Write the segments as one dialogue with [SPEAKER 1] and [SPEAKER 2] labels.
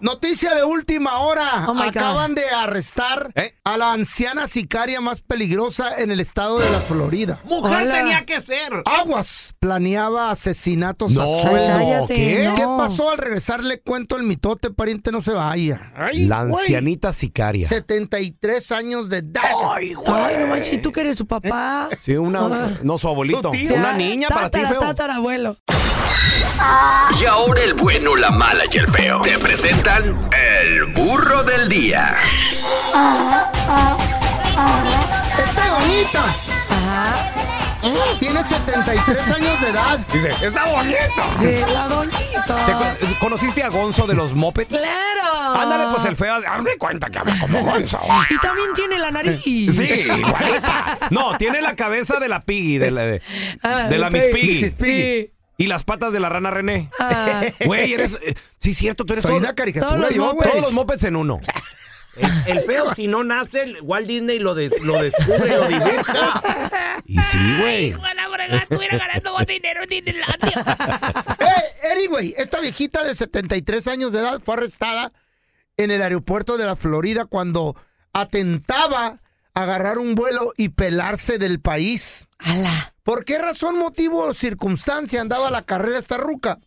[SPEAKER 1] Noticia de última hora.
[SPEAKER 2] Oh my God.
[SPEAKER 1] Acaban de arrestar
[SPEAKER 3] ¿Eh?
[SPEAKER 1] a la anciana sicaria más peligrosa en el estado de la Florida.
[SPEAKER 3] Mujer
[SPEAKER 2] Hola.
[SPEAKER 3] tenía que ser.
[SPEAKER 1] Aguas planeaba asesinatos
[SPEAKER 4] No,
[SPEAKER 1] a sueldo.
[SPEAKER 2] Cállate,
[SPEAKER 4] ¿qué?
[SPEAKER 2] no.
[SPEAKER 1] ¿Qué pasó? Al regresar le cuento el mitote, pariente, no se vaya. Ay,
[SPEAKER 4] La
[SPEAKER 1] güey.
[SPEAKER 4] ancianita sicaria.
[SPEAKER 1] 73 años de edad.
[SPEAKER 2] Ay, no manches, ¿y tú que eres su papá.
[SPEAKER 4] Sí, una.
[SPEAKER 2] Ah.
[SPEAKER 4] No, su abuelito.
[SPEAKER 1] Su tío.
[SPEAKER 4] Una niña para ti,
[SPEAKER 2] Tátara,
[SPEAKER 4] feo.
[SPEAKER 2] tatarabuelo.
[SPEAKER 5] Y ahora el bueno, la mala y el feo. Te presentan el burro del día.
[SPEAKER 1] Está bonita.
[SPEAKER 2] Ajá.
[SPEAKER 1] Mm, Tiene 73 años de edad.
[SPEAKER 4] Dice, está bonito.
[SPEAKER 2] Sí, la doñita.
[SPEAKER 4] ¿Te con- ¿Conociste a Gonzo de los Mopeds?
[SPEAKER 2] Claro.
[SPEAKER 4] Ándale, pues el feo. Hazme cuenta que habla como Gonzo.
[SPEAKER 2] Y también tiene la nariz.
[SPEAKER 4] Eh, Sí, igualita. No, tiene la cabeza de la Piggy, de la, de,
[SPEAKER 2] Ah,
[SPEAKER 4] de la Miss
[SPEAKER 2] Piggy.
[SPEAKER 4] Piggy.
[SPEAKER 1] Mrs. Piggy.
[SPEAKER 2] Sí.
[SPEAKER 4] Y las patas de la rana René.
[SPEAKER 2] Ah,
[SPEAKER 4] Güey, eres. eh, sí, cierto, tú eres
[SPEAKER 1] Soy
[SPEAKER 4] todo-
[SPEAKER 1] una
[SPEAKER 2] todos
[SPEAKER 1] caricatura
[SPEAKER 2] los
[SPEAKER 1] yo, güey.
[SPEAKER 4] todos los mopeds en uno.
[SPEAKER 6] El feo, si no nace, el Walt Disney lo, de- lo descubre, lo dibuja.
[SPEAKER 4] Y sí, güey.
[SPEAKER 1] Eh, anyway, esta viejita de 73 años de edad fue arrestada en el aeropuerto de la Florida cuando atentaba agarrar un vuelo y pelarse del país.
[SPEAKER 2] ala.
[SPEAKER 1] ¿Por qué razón, motivo o circunstancia andaba a la carrera esta ruca?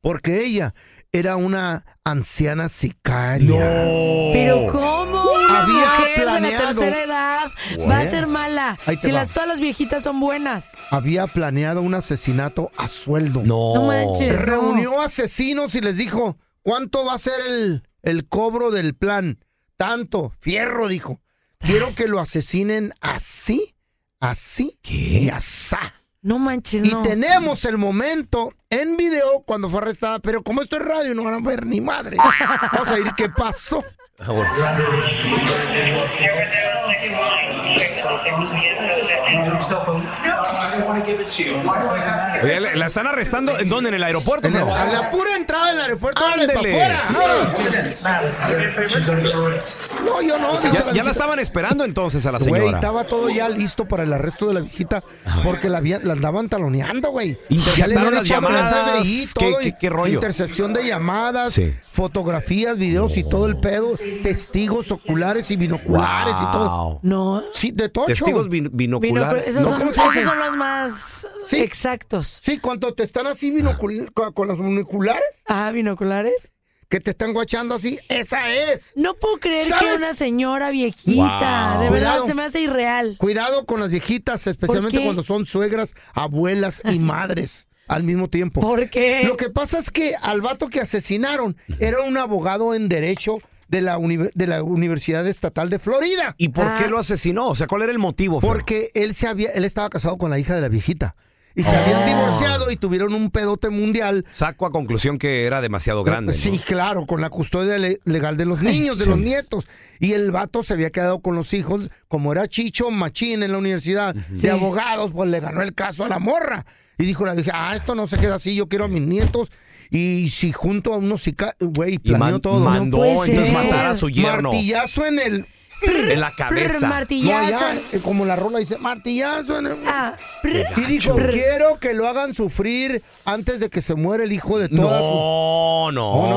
[SPEAKER 1] Porque ella era una anciana sicaria.
[SPEAKER 4] Oh.
[SPEAKER 2] Pero ¿cómo? Una
[SPEAKER 1] Había
[SPEAKER 2] mujer de la
[SPEAKER 1] planeado.
[SPEAKER 2] tercera edad va a ser mala.
[SPEAKER 1] Ahí te
[SPEAKER 2] Si
[SPEAKER 1] va.
[SPEAKER 2] las, todas las viejitas son buenas.
[SPEAKER 1] Había planeado un asesinato a sueldo.
[SPEAKER 2] No manches. no.
[SPEAKER 1] Reunió asesinos y les dijo, ¿cuánto va a ser el, el cobro del plan? Tanto, fierro, dijo. Quiero que lo asesinen así, así y asá.
[SPEAKER 2] No manches,
[SPEAKER 1] Y
[SPEAKER 2] no.
[SPEAKER 1] tenemos el momento en video cuando fue arrestada, pero como esto es radio no van a ver ni madre. Vamos a ir qué pasó.
[SPEAKER 4] Ah, Oye, la, la están arrestando en dónde? En el aeropuerto.
[SPEAKER 1] En la-
[SPEAKER 4] feo?
[SPEAKER 1] a la pura entrada del aeropuerto. ¡Ándele pa'
[SPEAKER 4] Ándele.
[SPEAKER 1] fuera! No, yo no. dice
[SPEAKER 4] Ya, ya la
[SPEAKER 1] viejita.
[SPEAKER 4] estaban esperando entonces a la
[SPEAKER 1] Güey,
[SPEAKER 4] señora.
[SPEAKER 1] estaba todo ya listo para el arresto de la viejita porque la, había- la andaban taloneando, güey.
[SPEAKER 4] Interceptaron
[SPEAKER 1] Ya le habían
[SPEAKER 4] las
[SPEAKER 1] echado al
[SPEAKER 4] llamadas,
[SPEAKER 1] FBI,
[SPEAKER 4] ¿qué-
[SPEAKER 1] todo,
[SPEAKER 4] qué-
[SPEAKER 1] y-
[SPEAKER 4] qué rollo?
[SPEAKER 1] Intercepción de llamadas,
[SPEAKER 4] Sí.
[SPEAKER 1] fotografías, videos y todo el pedo, testigos oculares y binoculares y todo.
[SPEAKER 4] Wow.
[SPEAKER 2] No.
[SPEAKER 1] Sí, de tocho.
[SPEAKER 4] Testigos bin-
[SPEAKER 2] Vino-
[SPEAKER 4] binoculares.
[SPEAKER 2] esos,
[SPEAKER 1] No,
[SPEAKER 2] son,
[SPEAKER 1] ¿cómo se dice?
[SPEAKER 2] esos son los más
[SPEAKER 1] Sí.
[SPEAKER 2] exactos.
[SPEAKER 1] Sí, cuando te están así binocul- con, con los binoculares,
[SPEAKER 2] Ah, binoculares.
[SPEAKER 1] que te están guachando así, esa es.
[SPEAKER 2] No puedo creer que
[SPEAKER 1] ¿Sabes?
[SPEAKER 2] una señora viejita.
[SPEAKER 4] Wow.
[SPEAKER 2] De verdad,
[SPEAKER 1] Cuidado.
[SPEAKER 2] se me hace irreal.
[SPEAKER 1] Cuidado con las viejitas,
[SPEAKER 2] ¿Por
[SPEAKER 1] especialmente
[SPEAKER 2] qué?
[SPEAKER 1] cuando son suegras, abuelas y madres al mismo tiempo.
[SPEAKER 2] ¿Por qué?
[SPEAKER 1] Lo que pasa es que al vato que asesinaron era un abogado en derecho de la, uni- de la Universidad Estatal de Florida.
[SPEAKER 4] ¿Y por
[SPEAKER 2] Ah.
[SPEAKER 4] qué lo asesinó? O sea, ¿cuál era el motivo? feo?
[SPEAKER 1] Porque él se había, él estaba casado con la hija de la viejita. y se
[SPEAKER 4] Oh.
[SPEAKER 1] habían divorciado y tuvieron un pedote mundial. Eh,
[SPEAKER 4] Saco a conclusión que era demasiado grande. ¿no?
[SPEAKER 1] Sí, claro, con la custodia le- legal de los niños, de los nietos. Y el vato se había quedado con los hijos, como era Chicho Machín en la universidad de
[SPEAKER 6] Sí.
[SPEAKER 1] abogados, pues le ganó el caso a la morra. Y dijo la dije, ah, esto no se queda así, yo quiero a mis nietos. Y si junto a unos sica- güey,
[SPEAKER 4] Y
[SPEAKER 1] planeó
[SPEAKER 4] man-
[SPEAKER 1] todo.
[SPEAKER 4] mandó No puede entonces ser. matar a su yerno.
[SPEAKER 1] Martillazo en el...
[SPEAKER 4] En la cabeza.
[SPEAKER 1] No, allá, eh, como la rola dice, martillazo en el... y
[SPEAKER 4] gacho.
[SPEAKER 1] dijo, quiero que lo hagan sufrir antes de que se muera el hijo de Oh, todas sus-
[SPEAKER 4] No, no.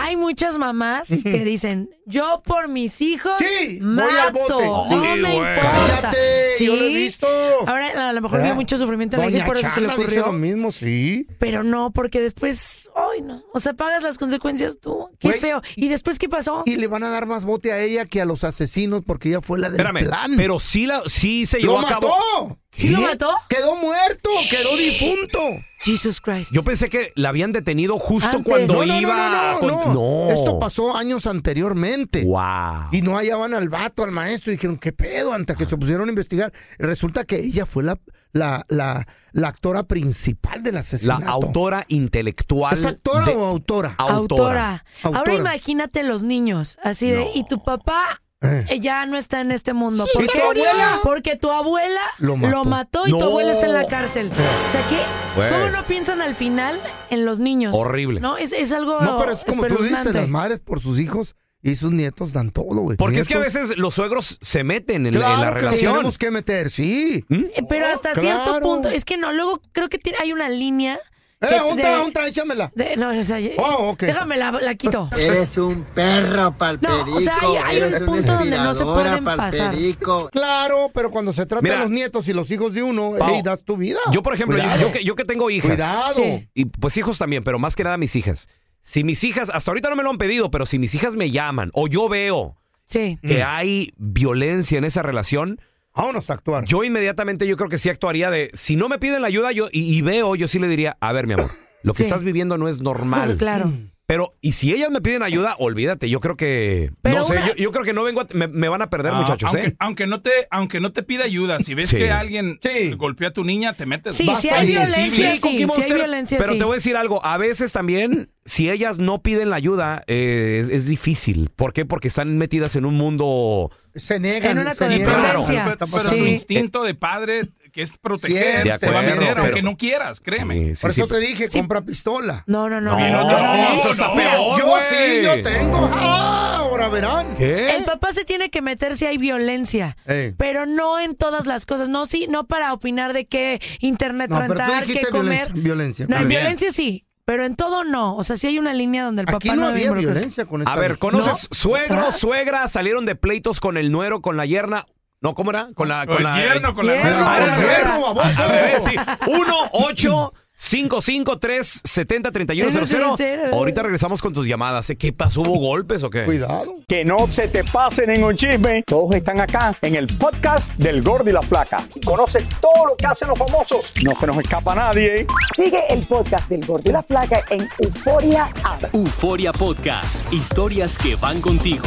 [SPEAKER 2] Hay muchas mamás que dicen, yo por mis hijos mato,
[SPEAKER 1] voy al bote".
[SPEAKER 2] no
[SPEAKER 1] Sí,
[SPEAKER 2] me
[SPEAKER 1] güey.
[SPEAKER 2] importa.
[SPEAKER 1] Cállate, yo lo he visto.
[SPEAKER 2] Ahora a lo mejor
[SPEAKER 1] ¿Eh?
[SPEAKER 2] vio mucho sufrimiento en la
[SPEAKER 1] Doña
[SPEAKER 2] hija y por eso se le
[SPEAKER 1] Chana dice lo
[SPEAKER 2] ocurrió.
[SPEAKER 1] mismo, sí.
[SPEAKER 2] Pero no, porque después, ay no, o sea, pagas las consecuencias tú. Qué
[SPEAKER 1] Güey,
[SPEAKER 2] feo. ¿Y después qué pasó?
[SPEAKER 1] Y le van a dar más bote a ella que a los asesinos porque ella fue la del
[SPEAKER 4] Espérame,
[SPEAKER 1] plan.
[SPEAKER 4] pero sí, la, sí se
[SPEAKER 1] ¡Lo
[SPEAKER 4] llevó a cabo.
[SPEAKER 1] mató!
[SPEAKER 4] ¿Sí lo mató?
[SPEAKER 1] Quedó muerto, quedó difunto.
[SPEAKER 2] Jesus Christ.
[SPEAKER 4] Yo pensé que la habían detenido justo
[SPEAKER 1] Antes.
[SPEAKER 4] cuando
[SPEAKER 1] No, no, no,
[SPEAKER 4] iba.
[SPEAKER 1] no,
[SPEAKER 4] con-
[SPEAKER 1] no,
[SPEAKER 4] No.
[SPEAKER 1] Esto pasó años anteriormente.
[SPEAKER 4] Wow.
[SPEAKER 1] Y no hallaban al vato, al maestro, y dijeron, ¿qué pedo? Hasta que se pusieron a investigar. Resulta que ella fue la, la, la, la actora principal del
[SPEAKER 4] La
[SPEAKER 1] asesinato.
[SPEAKER 4] autora intelectual.
[SPEAKER 1] ¿Es actora
[SPEAKER 4] de-
[SPEAKER 1] o autora?
[SPEAKER 4] Autora.
[SPEAKER 2] Ahora imagínate los niños, así de, y tu papá eh, ya no está en este mundo.
[SPEAKER 1] Sí,
[SPEAKER 2] ¿Por
[SPEAKER 1] se
[SPEAKER 2] qué?
[SPEAKER 1] murió.
[SPEAKER 2] Porque tu abuela
[SPEAKER 1] Lo
[SPEAKER 2] lo
[SPEAKER 1] mató.
[SPEAKER 2] mató, y tu
[SPEAKER 1] No.
[SPEAKER 2] abuela está en la cárcel. O sea, ¿qué?
[SPEAKER 1] Güey.
[SPEAKER 2] ¿cómo no piensan al final en los niños?
[SPEAKER 4] Eh. Horrible.
[SPEAKER 2] No, es, es algo
[SPEAKER 1] No, pero es como tú dices,
[SPEAKER 2] espeluznante.
[SPEAKER 1] las madres por sus hijos y sus nietos dan todo, güey.
[SPEAKER 4] Porque es que a
[SPEAKER 1] Nietos.
[SPEAKER 4] veces los suegros se meten en, la-
[SPEAKER 1] claro
[SPEAKER 4] en la
[SPEAKER 1] que los
[SPEAKER 4] relación. ¿Mm?
[SPEAKER 1] tenemos que meter, sí.
[SPEAKER 2] Eh, Pero hasta
[SPEAKER 1] Oh, Claro.
[SPEAKER 2] cierto punto, es que no, luego creo que tiene- hay una línea.
[SPEAKER 1] Eh, unta, unta, échamela.
[SPEAKER 2] no, o sea,
[SPEAKER 1] Oh, ok.
[SPEAKER 2] déjame la, la quito.
[SPEAKER 7] Eres un perro
[SPEAKER 2] No,
[SPEAKER 7] palperico.
[SPEAKER 2] o sea, hay- hay un
[SPEAKER 7] Eres una
[SPEAKER 2] punto donde no se
[SPEAKER 7] aspiradora
[SPEAKER 2] pueden pasar.
[SPEAKER 7] palperico.
[SPEAKER 1] Claro, pero cuando se trata
[SPEAKER 4] Mira.
[SPEAKER 1] de los nietos y los hijos de uno,
[SPEAKER 4] Pao,
[SPEAKER 1] ey, das tu vida.
[SPEAKER 4] Yo, por ejemplo, yo,
[SPEAKER 1] Cuidado.
[SPEAKER 4] yo que, yo que tengo hijas.
[SPEAKER 1] Cuidado. Sí.
[SPEAKER 4] Y pues hijos también, pero más que nada mis hijas. Si mis hijas, hasta ahorita no me lo han pedido, pero si mis hijas me llaman o yo veo
[SPEAKER 2] Sí.
[SPEAKER 4] que hay violencia en esa relación.
[SPEAKER 1] Mm. Vámonos a actuar.
[SPEAKER 4] Yo inmediatamente yo creo que sí actuaría de, si no me piden la ayuda yo y, y veo, yo sí le diría, a ver, mi amor, lo que
[SPEAKER 2] Sí.
[SPEAKER 4] estás viviendo no es normal.
[SPEAKER 2] Claro.
[SPEAKER 4] Pero, y si ellas me piden ayuda, olvídate, yo creo que,
[SPEAKER 2] Pero
[SPEAKER 4] no sé,
[SPEAKER 2] una-
[SPEAKER 4] yo, yo creo que no vengo, a- me, me van a perder,
[SPEAKER 8] Ah,
[SPEAKER 4] muchachos,
[SPEAKER 8] aunque,
[SPEAKER 4] ¿eh?
[SPEAKER 8] aunque no te, aunque no te pida ayuda, si ves
[SPEAKER 4] Sí.
[SPEAKER 8] que alguien golpeó a tu niña, te metes.
[SPEAKER 2] Sí,
[SPEAKER 8] Vas
[SPEAKER 2] si
[SPEAKER 8] a
[SPEAKER 2] hay
[SPEAKER 8] ir.
[SPEAKER 2] violencia,
[SPEAKER 8] Sí, Cookie
[SPEAKER 2] sí, si hay
[SPEAKER 8] Monster.
[SPEAKER 2] violencia,
[SPEAKER 4] Pero
[SPEAKER 2] sí.
[SPEAKER 4] te voy a decir algo, a veces también, si ellas no piden la ayuda, eh, es, es difícil. ¿Por qué? Porque están metidas en un mundo...
[SPEAKER 1] Se niegan.
[SPEAKER 8] En una
[SPEAKER 1] se niegan.
[SPEAKER 8] codependencia. Pero- pero su
[SPEAKER 1] Sí.
[SPEAKER 8] instinto de padre que es proteger,
[SPEAKER 4] Siente,
[SPEAKER 8] te va a meter
[SPEAKER 4] pero-
[SPEAKER 8] aunque
[SPEAKER 4] pero-
[SPEAKER 8] no quieras, créeme.
[SPEAKER 1] Por eso te dije, compra pistola.
[SPEAKER 2] No, no,
[SPEAKER 8] No,
[SPEAKER 2] no.
[SPEAKER 8] no, no, eso está peor,
[SPEAKER 1] Yo sí,
[SPEAKER 8] güey.
[SPEAKER 1] yo tengo. Ah, ahora verán.
[SPEAKER 2] El papá se tiene que meter si hay violencia,
[SPEAKER 1] Ey.
[SPEAKER 2] pero no en todas las cosas, no sí, no para opinar de qué internet
[SPEAKER 1] No, pero tú
[SPEAKER 2] rentar, qué
[SPEAKER 1] dijiste
[SPEAKER 2] comer.
[SPEAKER 1] violencia, violencia,
[SPEAKER 2] no, en
[SPEAKER 1] también.
[SPEAKER 2] violencia sí, pero en todo no, o sea, sí hay una línea donde el
[SPEAKER 1] Aquí no
[SPEAKER 2] papá no, debe
[SPEAKER 1] había
[SPEAKER 2] involucrarse.
[SPEAKER 1] violencia con esta
[SPEAKER 4] A ver,
[SPEAKER 1] vieja.
[SPEAKER 4] ¿conoces
[SPEAKER 1] No.
[SPEAKER 4] suegro,
[SPEAKER 1] ¿Atrás?
[SPEAKER 4] suegra? Salieron de pleitos con el nuero, con la yerna. No, ¿cómo era? Con la... Con
[SPEAKER 8] El
[SPEAKER 4] la
[SPEAKER 8] yerno, con la
[SPEAKER 4] Ah,
[SPEAKER 8] nuera.
[SPEAKER 4] al
[SPEAKER 8] Yerno,
[SPEAKER 4] revés.
[SPEAKER 8] baboso.
[SPEAKER 4] Al revés, sí. 1 8 553 70 3100 Ahorita regresamos con tus llamadas. ¿eh? ¿Qué pasó? ¿Hubo golpes o qué?
[SPEAKER 1] Cuidado.
[SPEAKER 9] Que no se te pase ningún chisme. Todos están acá en el podcast del Gordi y la Flaca. Conoce todo lo que hacen los famosos. No se nos escapa nadie. ¿eh? Sigue el podcast del Gordi y la Flaca en Euforia
[SPEAKER 10] Euforia Podcast, historias que van contigo.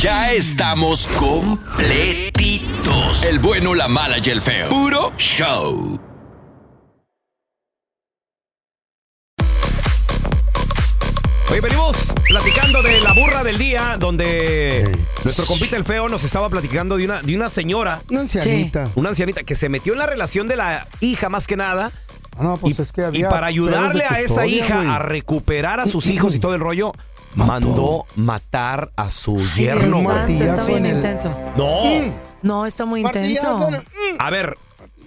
[SPEAKER 5] Ya estamos completitos. El bueno, la mala y el feo. Puro show.
[SPEAKER 4] Oye, venimos platicando de la burra del día, donde nuestro compita el feo nos estaba platicando de una, de una señora.
[SPEAKER 1] Una ancianita.
[SPEAKER 4] Una ancianita que se metió en la relación de la hija más que nada.
[SPEAKER 1] No, pues es que
[SPEAKER 4] Y
[SPEAKER 1] había
[SPEAKER 4] para ayudarle
[SPEAKER 1] pedos
[SPEAKER 4] a
[SPEAKER 1] de
[SPEAKER 4] esa
[SPEAKER 1] custodia,
[SPEAKER 4] hija
[SPEAKER 1] güey.
[SPEAKER 4] a recuperar a sus hijos y todo el rollo, mandó matar a su yerno.
[SPEAKER 2] Dios
[SPEAKER 4] güey.
[SPEAKER 2] santo, está bien intenso.
[SPEAKER 4] No.
[SPEAKER 2] No, está muy intenso.
[SPEAKER 4] A ver,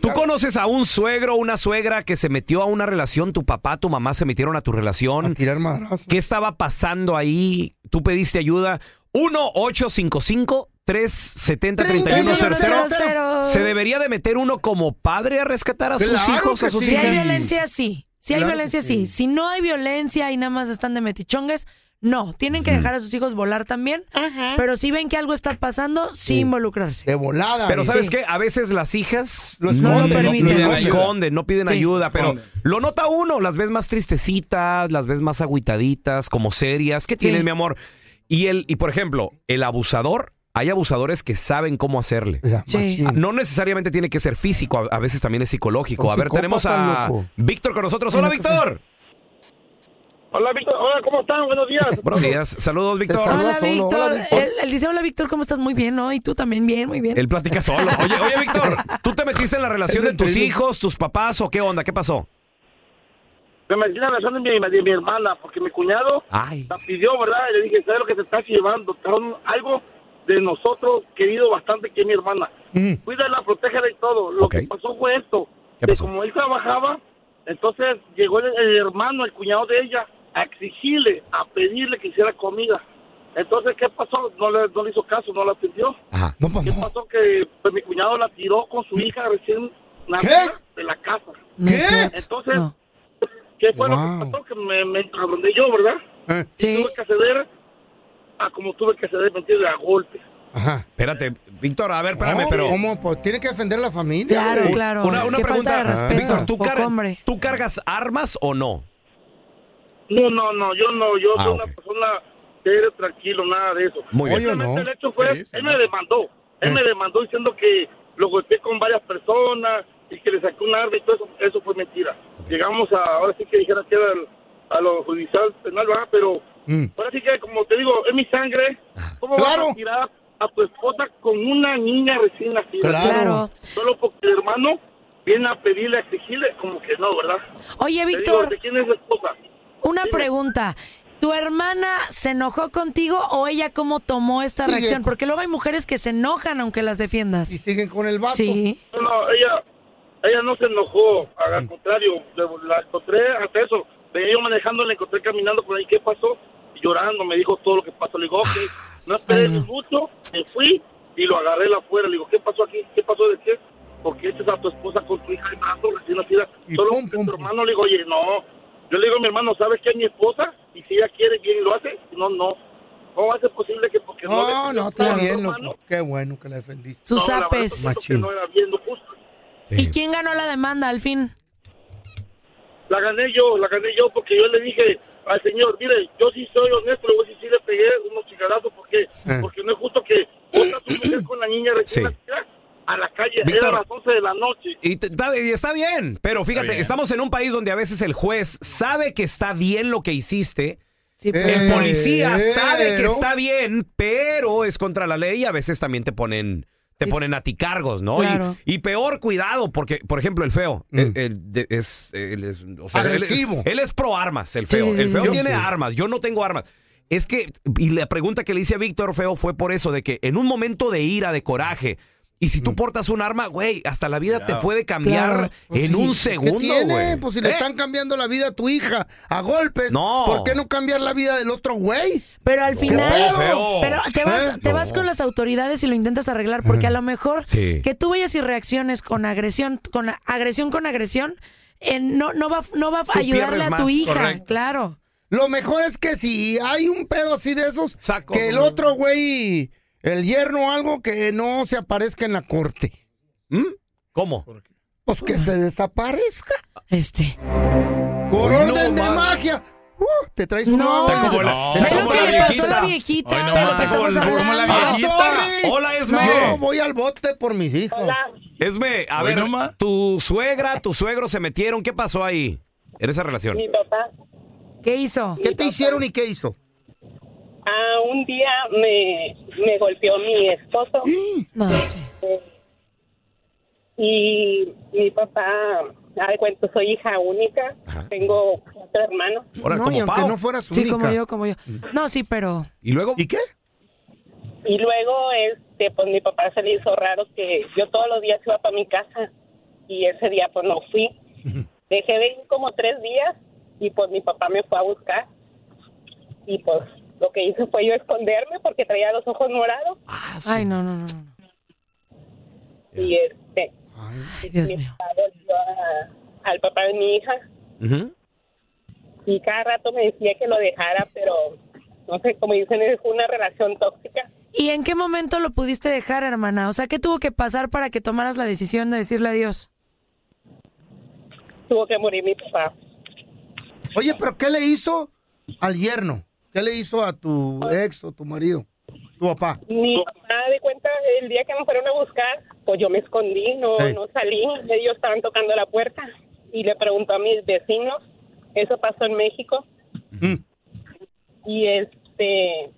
[SPEAKER 4] ¿tú conoces a un suegro o una suegra que se metió a una relación? Tu papá, tu mamá se metieron a tu relación. ¿Qué estaba pasando ahí? ¿Tú pediste ayuda? 1-855-370-3100. ¿Se debería de meter uno como padre a rescatar a sus
[SPEAKER 2] Claro
[SPEAKER 4] hijos,
[SPEAKER 2] que
[SPEAKER 4] a sus
[SPEAKER 2] sí. Si hay
[SPEAKER 4] hijas?
[SPEAKER 2] violencia, sí. Si hay
[SPEAKER 4] Claro que
[SPEAKER 2] violencia,
[SPEAKER 4] sí.
[SPEAKER 2] sí. Si no hay violencia y nada más están de metichongues, no. Tienen que dejar a sus hijos volar también. Pero si ven que algo está pasando, sí involucrarse.
[SPEAKER 1] De volada.
[SPEAKER 4] Pero
[SPEAKER 2] Sí.
[SPEAKER 4] ¿sabes qué? A veces las hijas
[SPEAKER 2] Lo esconden,
[SPEAKER 4] no,
[SPEAKER 2] no
[SPEAKER 4] piden,
[SPEAKER 2] piden
[SPEAKER 4] lo
[SPEAKER 2] ayuda.
[SPEAKER 4] esconden, no piden
[SPEAKER 2] Sí.
[SPEAKER 4] ayuda, pero
[SPEAKER 2] Esconden.
[SPEAKER 4] lo nota uno, las ves más tristecitas, las ves más agüitaditas, como serias. ¿Qué tienes, mi amor? Y el y por ejemplo, el abusador, hay abusadores que saben cómo hacerle. Ah, No necesariamente tiene que ser físico, a, a veces también es psicológico.
[SPEAKER 11] Un
[SPEAKER 4] A ver, tenemos
[SPEAKER 11] psicópata,
[SPEAKER 4] a
[SPEAKER 11] loco.
[SPEAKER 4] Víctor con nosotros. Hola, Víctor.
[SPEAKER 11] Hola, Víctor. Hola, ¿cómo están? Buenos días.
[SPEAKER 4] Buenos días. Saludos, Víctor.
[SPEAKER 2] Hola, Víctor. Él, él dice, hola, Víctor, ¿cómo estás? Muy bien, ¿no? Y tú también, bien, muy bien.
[SPEAKER 4] Él platica solo. Oye, oye, Víctor, ¿tú te metiste en la relación de tus hijos, tus papás o qué onda? ¿Qué pasó?
[SPEAKER 11] Me metí en la relación de mi, de mi hermana porque mi cuñado
[SPEAKER 4] Ay.
[SPEAKER 11] la pidió, ¿verdad? Y le dije, ¿sabes lo que te estás llevando? Te dan algo de nosotros querido bastante que es mi hermana.
[SPEAKER 4] Mm.
[SPEAKER 11] Cuídala, protégela y todo. Lo que pasó fue esto.
[SPEAKER 4] que
[SPEAKER 11] como él trabajaba, entonces llegó el, el hermano, el cuñado de ella, a exigirle, a pedirle que hiciera comida. Entonces, ¿qué pasó? No le, no le hizo caso, no la pidió. ¿Qué pasó? Que pues, mi cuñado la tiró con su hija recién nacida de la casa.
[SPEAKER 2] No es cierto.
[SPEAKER 11] Entonces, ¿qué fue lo
[SPEAKER 2] Wow.
[SPEAKER 11] que pasó? Que me, me encabroné yo, ¿verdad? Y tuve que ceder a como tuve que ceder, ¿me entiendes? A golpes.
[SPEAKER 4] Espérate, Víctor, a ver, espérame,
[SPEAKER 1] No,
[SPEAKER 4] pero
[SPEAKER 1] ¿Cómo? Pues tiene que defender a la familia. güey.
[SPEAKER 4] Una, una pregunta, Víctor, ¿tú,
[SPEAKER 1] Ah.
[SPEAKER 4] car- ¿tú cargas armas o no?
[SPEAKER 11] No, no, no, yo no, yo
[SPEAKER 4] Ah,
[SPEAKER 11] soy una persona seria, tranquilo, nada de eso.
[SPEAKER 4] Muy bien.
[SPEAKER 11] Obviamente
[SPEAKER 4] Oye, no. Eh.
[SPEAKER 11] el hecho fue, él me demandó, él me demandó diciendo que lo golpeé con varias personas y que le sacó un arma y todo eso, eso fue mentira. Llegamos a, ahora sí que dijera que era el- a lo judicial penal, ¿verdad? pero ahora sí que como te digo, es mi sangre,
[SPEAKER 4] Ah,
[SPEAKER 11] ¿cómo vas a tirar a tu esposa con una niña recién nacida?
[SPEAKER 2] Claro. Claro.
[SPEAKER 11] Solo porque el hermano viene a pedirle, a exigirle, como que no, ¿verdad?
[SPEAKER 2] Oye,
[SPEAKER 11] Te digo,
[SPEAKER 2] Víctor.
[SPEAKER 11] ¿De quién es la esposa?
[SPEAKER 2] Una pregunta. ¿Tu hermana se enojó contigo o ella cómo tomó esta
[SPEAKER 11] Sigue
[SPEAKER 2] reacción?
[SPEAKER 11] con-
[SPEAKER 2] Porque luego hay mujeres que se enojan aunque las defiendas. Y
[SPEAKER 1] siguen con el vato.
[SPEAKER 2] Sí.
[SPEAKER 11] No, no, ella, ella no se enojó,
[SPEAKER 1] Mm.
[SPEAKER 11] al contrario, le- la encontré hasta eso. Venía yo manejando, la encontré caminando por ahí, ¿qué pasó? Y llorando, me dijo todo lo que pasó. Le digo, ok, no esperé ni mucho, me fui y lo agarré la afuera. Le digo, ¿qué pasó aquí? ¿Qué pasó de qué? Porque esta es a tu esposa con tu hija en brazos recién nacida. Solo que tu hermano le digo, oye, no. Yo le digo a mi hermano, ¿sabes qué es mi esposa? Y si ella quiere bien, lo hace. Si No, no. ¿Cómo va a ser posible que porque no,
[SPEAKER 1] No,
[SPEAKER 11] le-
[SPEAKER 1] no, está
[SPEAKER 11] Claro.
[SPEAKER 1] bien, loco. Qué bueno que la defendiste.
[SPEAKER 2] Sus No, la verdad, apes. siento que
[SPEAKER 1] Machín.
[SPEAKER 11] no era bien lo justo.
[SPEAKER 2] ¿Y quién ganó la demanda al fin?
[SPEAKER 11] La gané yo, la gané yo porque yo le dije al señor, mire, yo sí soy honesto, luego sí, sí le pegué unos chicarazos porque,
[SPEAKER 4] Eh.
[SPEAKER 11] porque no es justo que otra su mujer con la niña
[SPEAKER 4] Sí.
[SPEAKER 11] recién nacida a la calle,
[SPEAKER 4] Víctor.
[SPEAKER 11] era a las 11 de la noche.
[SPEAKER 4] Y te- está, y está bien, pero fíjate, estamos en un país donde a veces el juez sabe que está bien lo que hiciste. el
[SPEAKER 6] pero-
[SPEAKER 4] policía sabe que
[SPEAKER 6] Pero-
[SPEAKER 4] está bien, pero es contra la ley y a veces también te ponen te ponen a ti cargos, ¿no? Y-
[SPEAKER 6] Claro.
[SPEAKER 4] Y, peor cuidado, porque, por ejemplo, el feo,
[SPEAKER 1] Mm.
[SPEAKER 4] el- el de- es, él es- o sea, él es-
[SPEAKER 6] Agresivo.
[SPEAKER 4] Él es, pro armas, el
[SPEAKER 6] Sí,
[SPEAKER 4] feo.
[SPEAKER 6] sí, sí,
[SPEAKER 4] el feo
[SPEAKER 6] sí.
[SPEAKER 4] tiene
[SPEAKER 6] Yo sí.
[SPEAKER 4] armas, yo no tengo armas. Es que, y la pregunta que le hice a Víctor Feo fue por eso, de que en un momento de ira, de coraje, Y si tú
[SPEAKER 1] Mm.
[SPEAKER 4] portas un arma, güey, hasta la vida te puede cambiar
[SPEAKER 1] Claro, pues
[SPEAKER 4] en
[SPEAKER 1] sí.
[SPEAKER 4] un
[SPEAKER 1] ¿Qué
[SPEAKER 4] segundo,
[SPEAKER 1] tiene?
[SPEAKER 4] güey.
[SPEAKER 1] Pues si le
[SPEAKER 4] ¿Eh?
[SPEAKER 1] están cambiando la vida a tu hija a golpes,
[SPEAKER 4] No.
[SPEAKER 1] ¿por qué no cambiar la vida del otro güey?
[SPEAKER 2] Pero al final,
[SPEAKER 1] ¿Qué pedo?
[SPEAKER 2] pero te vas,
[SPEAKER 1] ¿Eh?
[SPEAKER 2] te vas con las autoridades y lo intentas arreglar, porque a lo mejor
[SPEAKER 1] Sí.
[SPEAKER 2] que tú vayas y reacciones con agresión, con a- agresión con agresión, eh, no, no va, no va a
[SPEAKER 1] Tú
[SPEAKER 2] ayudarle
[SPEAKER 1] pierdes
[SPEAKER 2] a tu
[SPEAKER 1] más,
[SPEAKER 2] hija,
[SPEAKER 1] correcto.
[SPEAKER 2] claro.
[SPEAKER 1] Lo mejor es que si hay un pedo así de esos, que el otro güey, el yerno o algo, que no se aparezca en la corte.
[SPEAKER 4] ¿Mm? ¿Cómo?
[SPEAKER 1] Pues que se desaparezca.
[SPEAKER 2] Este.
[SPEAKER 1] Por
[SPEAKER 4] Hoy no
[SPEAKER 1] orden de
[SPEAKER 4] mames.
[SPEAKER 1] magia. Uh, te traes una
[SPEAKER 4] No.
[SPEAKER 1] olla.
[SPEAKER 4] Está como la-
[SPEAKER 1] Te
[SPEAKER 4] está
[SPEAKER 1] saco
[SPEAKER 4] como la
[SPEAKER 2] viejita. Pasó la viejita, Ay, no de lo mames. que estamos
[SPEAKER 1] Está como-
[SPEAKER 2] hablando.
[SPEAKER 1] Ah,
[SPEAKER 4] viejita.
[SPEAKER 1] sorry.
[SPEAKER 4] Hola, Esme.
[SPEAKER 1] No, voy al bote por mis hijos.
[SPEAKER 4] Esme, a ver, tu suegra, tu suegro se metieron. ¿Qué pasó ahí en esa relación?
[SPEAKER 12] Mi papá.
[SPEAKER 2] ¿Qué hizo?
[SPEAKER 1] ¿Qué te hicieron y qué hizo?
[SPEAKER 12] Ah, un día me, me golpeó mi esposo.
[SPEAKER 4] Mm.
[SPEAKER 12] Eh,
[SPEAKER 2] No
[SPEAKER 12] Y mi papá, haz de cuento, soy hija única. Tengo cuatro hermanos.
[SPEAKER 4] Ahora, No, y como aunque Pao. no fueras
[SPEAKER 2] Sí,
[SPEAKER 4] única.
[SPEAKER 2] como yo, como yo. No, sí, pero
[SPEAKER 4] ¿Y luego? ¿Y qué?
[SPEAKER 12] Y luego, este, pues mi papá se le hizo raro que yo todos los días iba para mi casa y ese día pues no fui. Dejé de ir como tres días y pues mi papá me fue a buscar y pues lo que hice fue yo esconderme porque traía los ojos morados
[SPEAKER 2] Ay, no, no, no. no.
[SPEAKER 12] y este,
[SPEAKER 2] Ay, Dios
[SPEAKER 12] mi
[SPEAKER 2] mío.
[SPEAKER 12] papá volvió a- al papá de mi hija y cada rato me decía que lo dejara, pero no sé, como dicen, es una relación tóxica.
[SPEAKER 2] ¿Y en qué momento lo pudiste dejar, hermana? O sea, ¿qué tuvo que pasar para que tomaras la decisión de decirle adiós?
[SPEAKER 12] Tuvo que morir mi papá.
[SPEAKER 1] Oye, pero ¿qué le hizo al yerno? ¿Qué le hizo a tu ex o tu marido? Tu papá.
[SPEAKER 12] Mi papá de cuenta, el día que me fueron a buscar, pues yo me escondí, no,
[SPEAKER 1] Ey.
[SPEAKER 12] no salí, ellos estaban tocando la puerta y le preguntó a mis vecinos, eso pasó en México. Y este,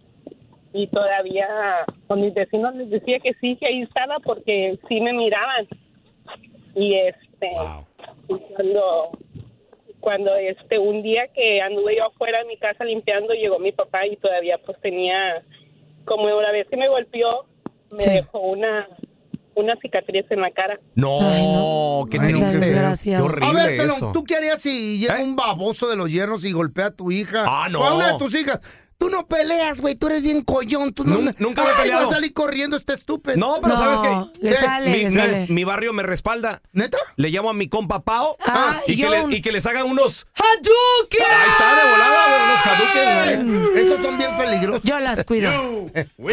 [SPEAKER 12] y todavía con mis vecinos les decía que sí, que ahí estaba porque sí me miraban. Y este, y cuando, cuando este, un día que anduve yo afuera de mi casa limpiando, llegó mi papá y todavía pues tenía como una vez que me golpeó, me dejó una, una cicatriz en la cara.
[SPEAKER 4] No, qué
[SPEAKER 1] Ay, no,
[SPEAKER 4] triste.
[SPEAKER 1] qué feo.
[SPEAKER 4] Qué horrible
[SPEAKER 1] A ver, pero
[SPEAKER 4] eso.
[SPEAKER 1] ¿tú qué harías si llega un baboso de los yernos y golpea a tu hija?
[SPEAKER 4] ¿Eh? Ah, no.
[SPEAKER 1] O a una de tus hijas. Tú no peleas, güey. Tú eres bien collón. Tú no,
[SPEAKER 4] Nun- nunca me he
[SPEAKER 1] Ay,
[SPEAKER 4] peleado.
[SPEAKER 1] va a salir corriendo este estúpido.
[SPEAKER 4] No, pero ¿sabes qué?
[SPEAKER 1] ¿Qué?
[SPEAKER 4] ¿Qué? mi, mi- mi barrio me respalda.
[SPEAKER 1] ¿Neta?
[SPEAKER 4] Le llamo a mi compa Pao
[SPEAKER 1] Ah,
[SPEAKER 4] y,
[SPEAKER 1] y
[SPEAKER 4] que
[SPEAKER 1] yo
[SPEAKER 4] le-
[SPEAKER 1] un-
[SPEAKER 4] y que les haga unos...
[SPEAKER 2] ¡Hadouken!
[SPEAKER 4] Ahí está, de volada, güey, unos Hadouken. ¿eh? güey.
[SPEAKER 1] Estos son bien peligrosos.
[SPEAKER 2] Yo las cuido.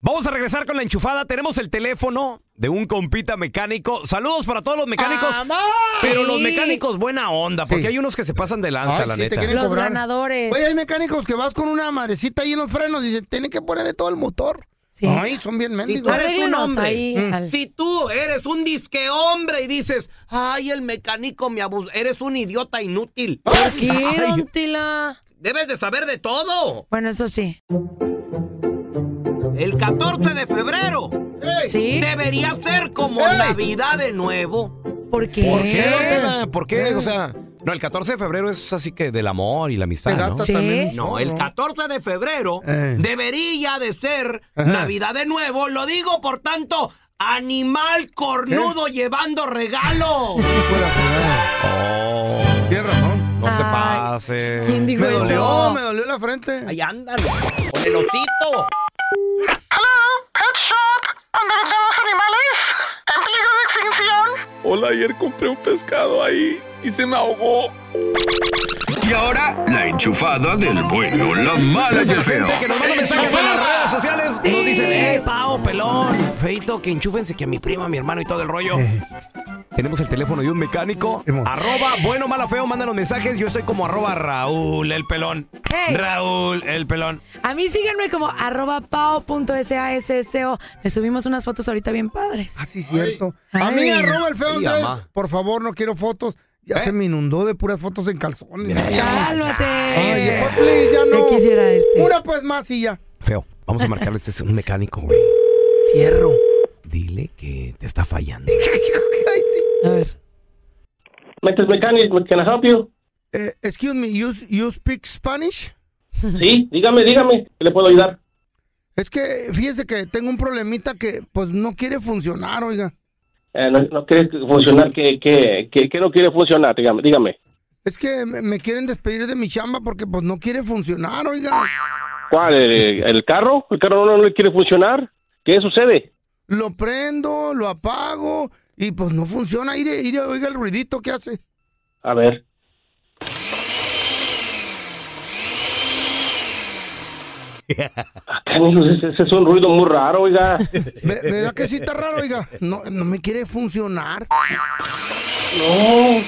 [SPEAKER 4] Vamos a regresar con la enchufada. Tenemos el teléfono de un compita mecánico. Saludos para todos los mecánicos.
[SPEAKER 1] ¡Vamos!
[SPEAKER 4] Pero
[SPEAKER 1] Sí.
[SPEAKER 4] los mecánicos, buena onda, porque hay unos que se pasan de lanza,
[SPEAKER 1] Ay,
[SPEAKER 4] la
[SPEAKER 1] sí, te
[SPEAKER 4] neta.
[SPEAKER 1] quieren cobrar.
[SPEAKER 2] ganadores.
[SPEAKER 1] Oye, hay mecánicos que vas con una madrecita ahí en los frenos y dicen, tienen que ponerle todo el motor. Ay, son bien
[SPEAKER 6] Si
[SPEAKER 1] mendigos.
[SPEAKER 6] tú eres un hombre,
[SPEAKER 1] Mm.
[SPEAKER 6] si tú eres un disque hombre y dices, ay, el mecánico me abusó, eres un idiota inútil.
[SPEAKER 2] ¿Por ¿Qué, don Tila?
[SPEAKER 6] Debes de saber de todo.
[SPEAKER 2] Bueno, eso sí.
[SPEAKER 6] El 14 de febrero
[SPEAKER 2] Sí.
[SPEAKER 6] debería ser como
[SPEAKER 2] Ey.
[SPEAKER 6] Navidad de nuevo.
[SPEAKER 2] ¿Por qué?
[SPEAKER 4] ¿Por qué? Dotela? ¿Por qué? O sea, no, el 14 de febrero es así que del amor y la amistad,
[SPEAKER 6] Te
[SPEAKER 4] Ah, ¿no?
[SPEAKER 6] gastas Sí. también.
[SPEAKER 4] No, el
[SPEAKER 6] El 14 de febrero
[SPEAKER 4] Eh.
[SPEAKER 6] debería de ser
[SPEAKER 4] Ajá.
[SPEAKER 6] Navidad de nuevo. Lo digo, por tanto, animal cornudo llevando regalo.
[SPEAKER 4] Oh. No se pase.
[SPEAKER 1] me dolió, me dolió la frente.
[SPEAKER 6] Ay, ándale. Con el osito.
[SPEAKER 8] Pet Shop, donde vendemos animales en peligro de extinción.
[SPEAKER 13] Hola, ayer compré un pescado ahí y se me ahogó.
[SPEAKER 5] Y ahora, la enchufada del bueno, la mala y el feo.
[SPEAKER 4] Que nos manda mensajes en las redes sociales. Nos dicen, eh, Pao, pelón. Feito, que enchúfense que a mi prima, a mi hermano y todo el rollo. Tenemos el teléfono de un mecánico. Arroba, bueno, mala, feo, mándanos mensajes. Yo soy como arroba Raúl, el pelón.
[SPEAKER 2] Hey.
[SPEAKER 4] Raúl, el pelón.
[SPEAKER 2] A mí síganme como arroba pao.sasso. Le subimos unas fotos ahorita bien padres. Ah,
[SPEAKER 1] sí, cierto. A mí, arroba el feo
[SPEAKER 2] Ay,
[SPEAKER 1] Andrés.
[SPEAKER 2] ama.
[SPEAKER 1] Por favor, no quiero fotos. Ya se me inundó de puras fotos en calzones.
[SPEAKER 2] Cálmate.
[SPEAKER 1] Ay, por please, ya no. Una pues más y ya.
[SPEAKER 4] Feo, vamos a marcarle. Este es un mecánico, güey.
[SPEAKER 1] Fierro.
[SPEAKER 4] Dile que te está fallando.
[SPEAKER 2] A ver.
[SPEAKER 11] Mr. Mechanic, can I help you?
[SPEAKER 1] Eh, excuse me, you, you speak Spanish?
[SPEAKER 11] Sí, dígame, dígame, ¿qué le puedo ayudar?
[SPEAKER 1] Es que fíjese que tengo un problemita que pues no quiere funcionar, oiga.
[SPEAKER 14] Eh, no, no quiere funcionar, ¿qué, qué, qué, qué no quiere funcionar? Dígame, dígame.
[SPEAKER 1] Es que me me quieren despedir de mi chamba porque pues no quiere funcionar, oiga.
[SPEAKER 14] ¿Cuál? ¿El, el carro? ¿El carro no, no le quiere funcionar? ¿Qué sucede?
[SPEAKER 1] Lo prendo, lo apago y pues no funciona. Ire, ire, oiga el ruidito que hace.
[SPEAKER 14] A ver. Ah, canijo, ese, ese es un ruido muy raro, oiga.
[SPEAKER 1] Ve- ¿Verdad que sí está raro, oiga? No, no me quiere funcionar.
[SPEAKER 14] No.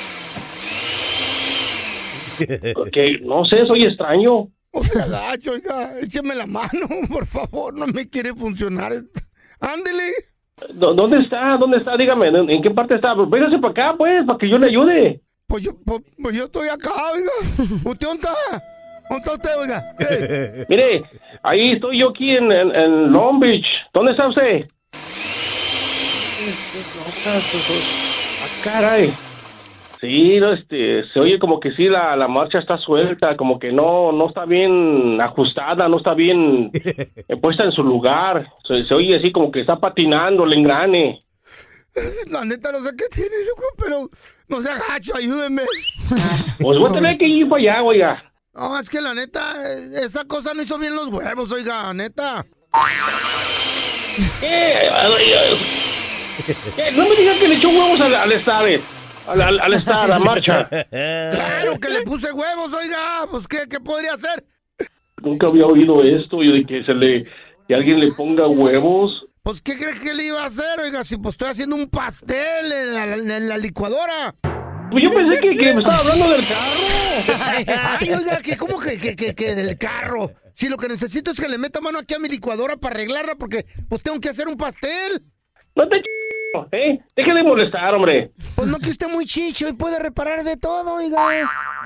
[SPEAKER 14] Porque, no sé, soy extraño.
[SPEAKER 1] Ojalá, oiga, écheme la mano, por favor, no me quiere funcionar. esto. Ándele.
[SPEAKER 14] ¿Dó- ¿Dónde está? ¿Dónde está? Dígame, ¿en, en qué parte está? Pues Véngase para acá, pues, para que yo le ayude.
[SPEAKER 1] Pues yo, pues, pues yo estoy acá, oiga. ¿Usted dónde está? ¿Dónde está usted, oiga? Ey.
[SPEAKER 14] Mire, ahí estoy yo aquí en, en, en Long Beach. ¿Dónde está usted?
[SPEAKER 11] Mm.
[SPEAKER 14] Ah, caray. Sí, no, este, se oye como que sí, la, la marcha está suelta, como que no, no está bien ajustada, no está bien eh, puesta en su lugar. Se, se oye así como que está patinando el engrane.
[SPEAKER 1] La neta no sé qué tiene, loco, pero no sea gacho, ayúdeme.
[SPEAKER 14] Pues voy a tener que ir para allá, oiga.
[SPEAKER 1] No, es que la neta, eh, esa cosa no hizo bien los huevos, oiga, neta.
[SPEAKER 14] ¿Qué? ¿Qué? Eh, No me digas que le echó huevos al, al estar, eh, al, al, al estar, a la marcha.
[SPEAKER 1] Claro que le puse huevos, oiga, pues ¿qué, qué podría hacer?
[SPEAKER 14] Nunca había oído esto, yo de que se le, que alguien le ponga huevos.
[SPEAKER 1] Pues ¿qué crees que le iba a hacer, oiga, si pues estoy haciendo un pastel en la, en la licuadora?
[SPEAKER 14] Pues yo pensé que, que me estaba hablando del carro.
[SPEAKER 1] Ay, oiga, que ¿cómo que, que, que, que del carro? Si lo que necesito es que le meta mano aquí a mi licuadora para arreglarla porque pues tengo que hacer un pastel.
[SPEAKER 14] No te ch... ¿eh? Déjale molestar, hombre.
[SPEAKER 1] Pues no que usted muy chicho y puede reparar de todo, oiga.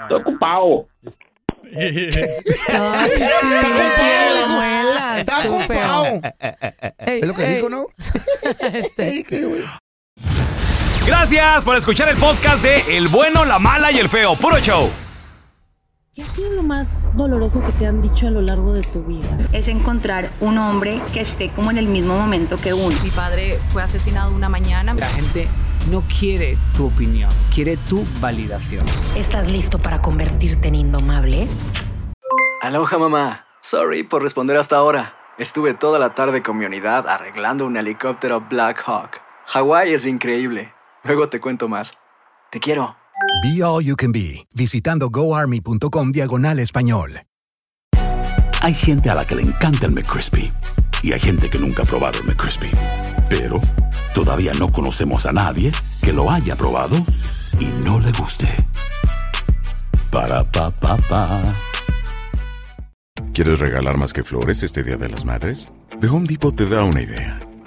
[SPEAKER 14] Estoy ocupado.
[SPEAKER 1] Ay, sí,
[SPEAKER 2] tiene las muelas,
[SPEAKER 1] Está
[SPEAKER 2] tú, feo.
[SPEAKER 1] ocupado. Es lo que
[SPEAKER 2] ey.
[SPEAKER 1] digo, ¿no? Este, Ey, qué güey.
[SPEAKER 3] Gracias por escuchar el podcast de El bueno, la mala y el feo. Puro show.
[SPEAKER 15] ¿Qué ha sido lo más doloroso que te han dicho a lo largo de tu vida?
[SPEAKER 16] es encontrar un hombre que esté como en el mismo momento que uno.
[SPEAKER 17] Mi padre fue asesinado una mañana.
[SPEAKER 18] La gente no quiere tu opinión, quiere tu validación.
[SPEAKER 19] ¿Estás listo para convertirte en indomable?
[SPEAKER 20] Aloha mamá. Sorry por responder hasta ahora. Estuve toda la tarde con mi unidad arreglando un helicóptero Black Hawk. Hawái es increíble. Luego te cuento más. Te quiero.
[SPEAKER 21] Be All You Can Be, visitando goarmy.com diagonal español.
[SPEAKER 22] Hay gente a la que le encanta el McCrispy y hay gente que nunca ha probado el McCrispy. Pero todavía no conocemos a nadie que lo haya probado y no le guste. Para pa pa pa.
[SPEAKER 23] ¿Quieres regalar más que flores este Día de las Madres? The Home Depot te da una idea.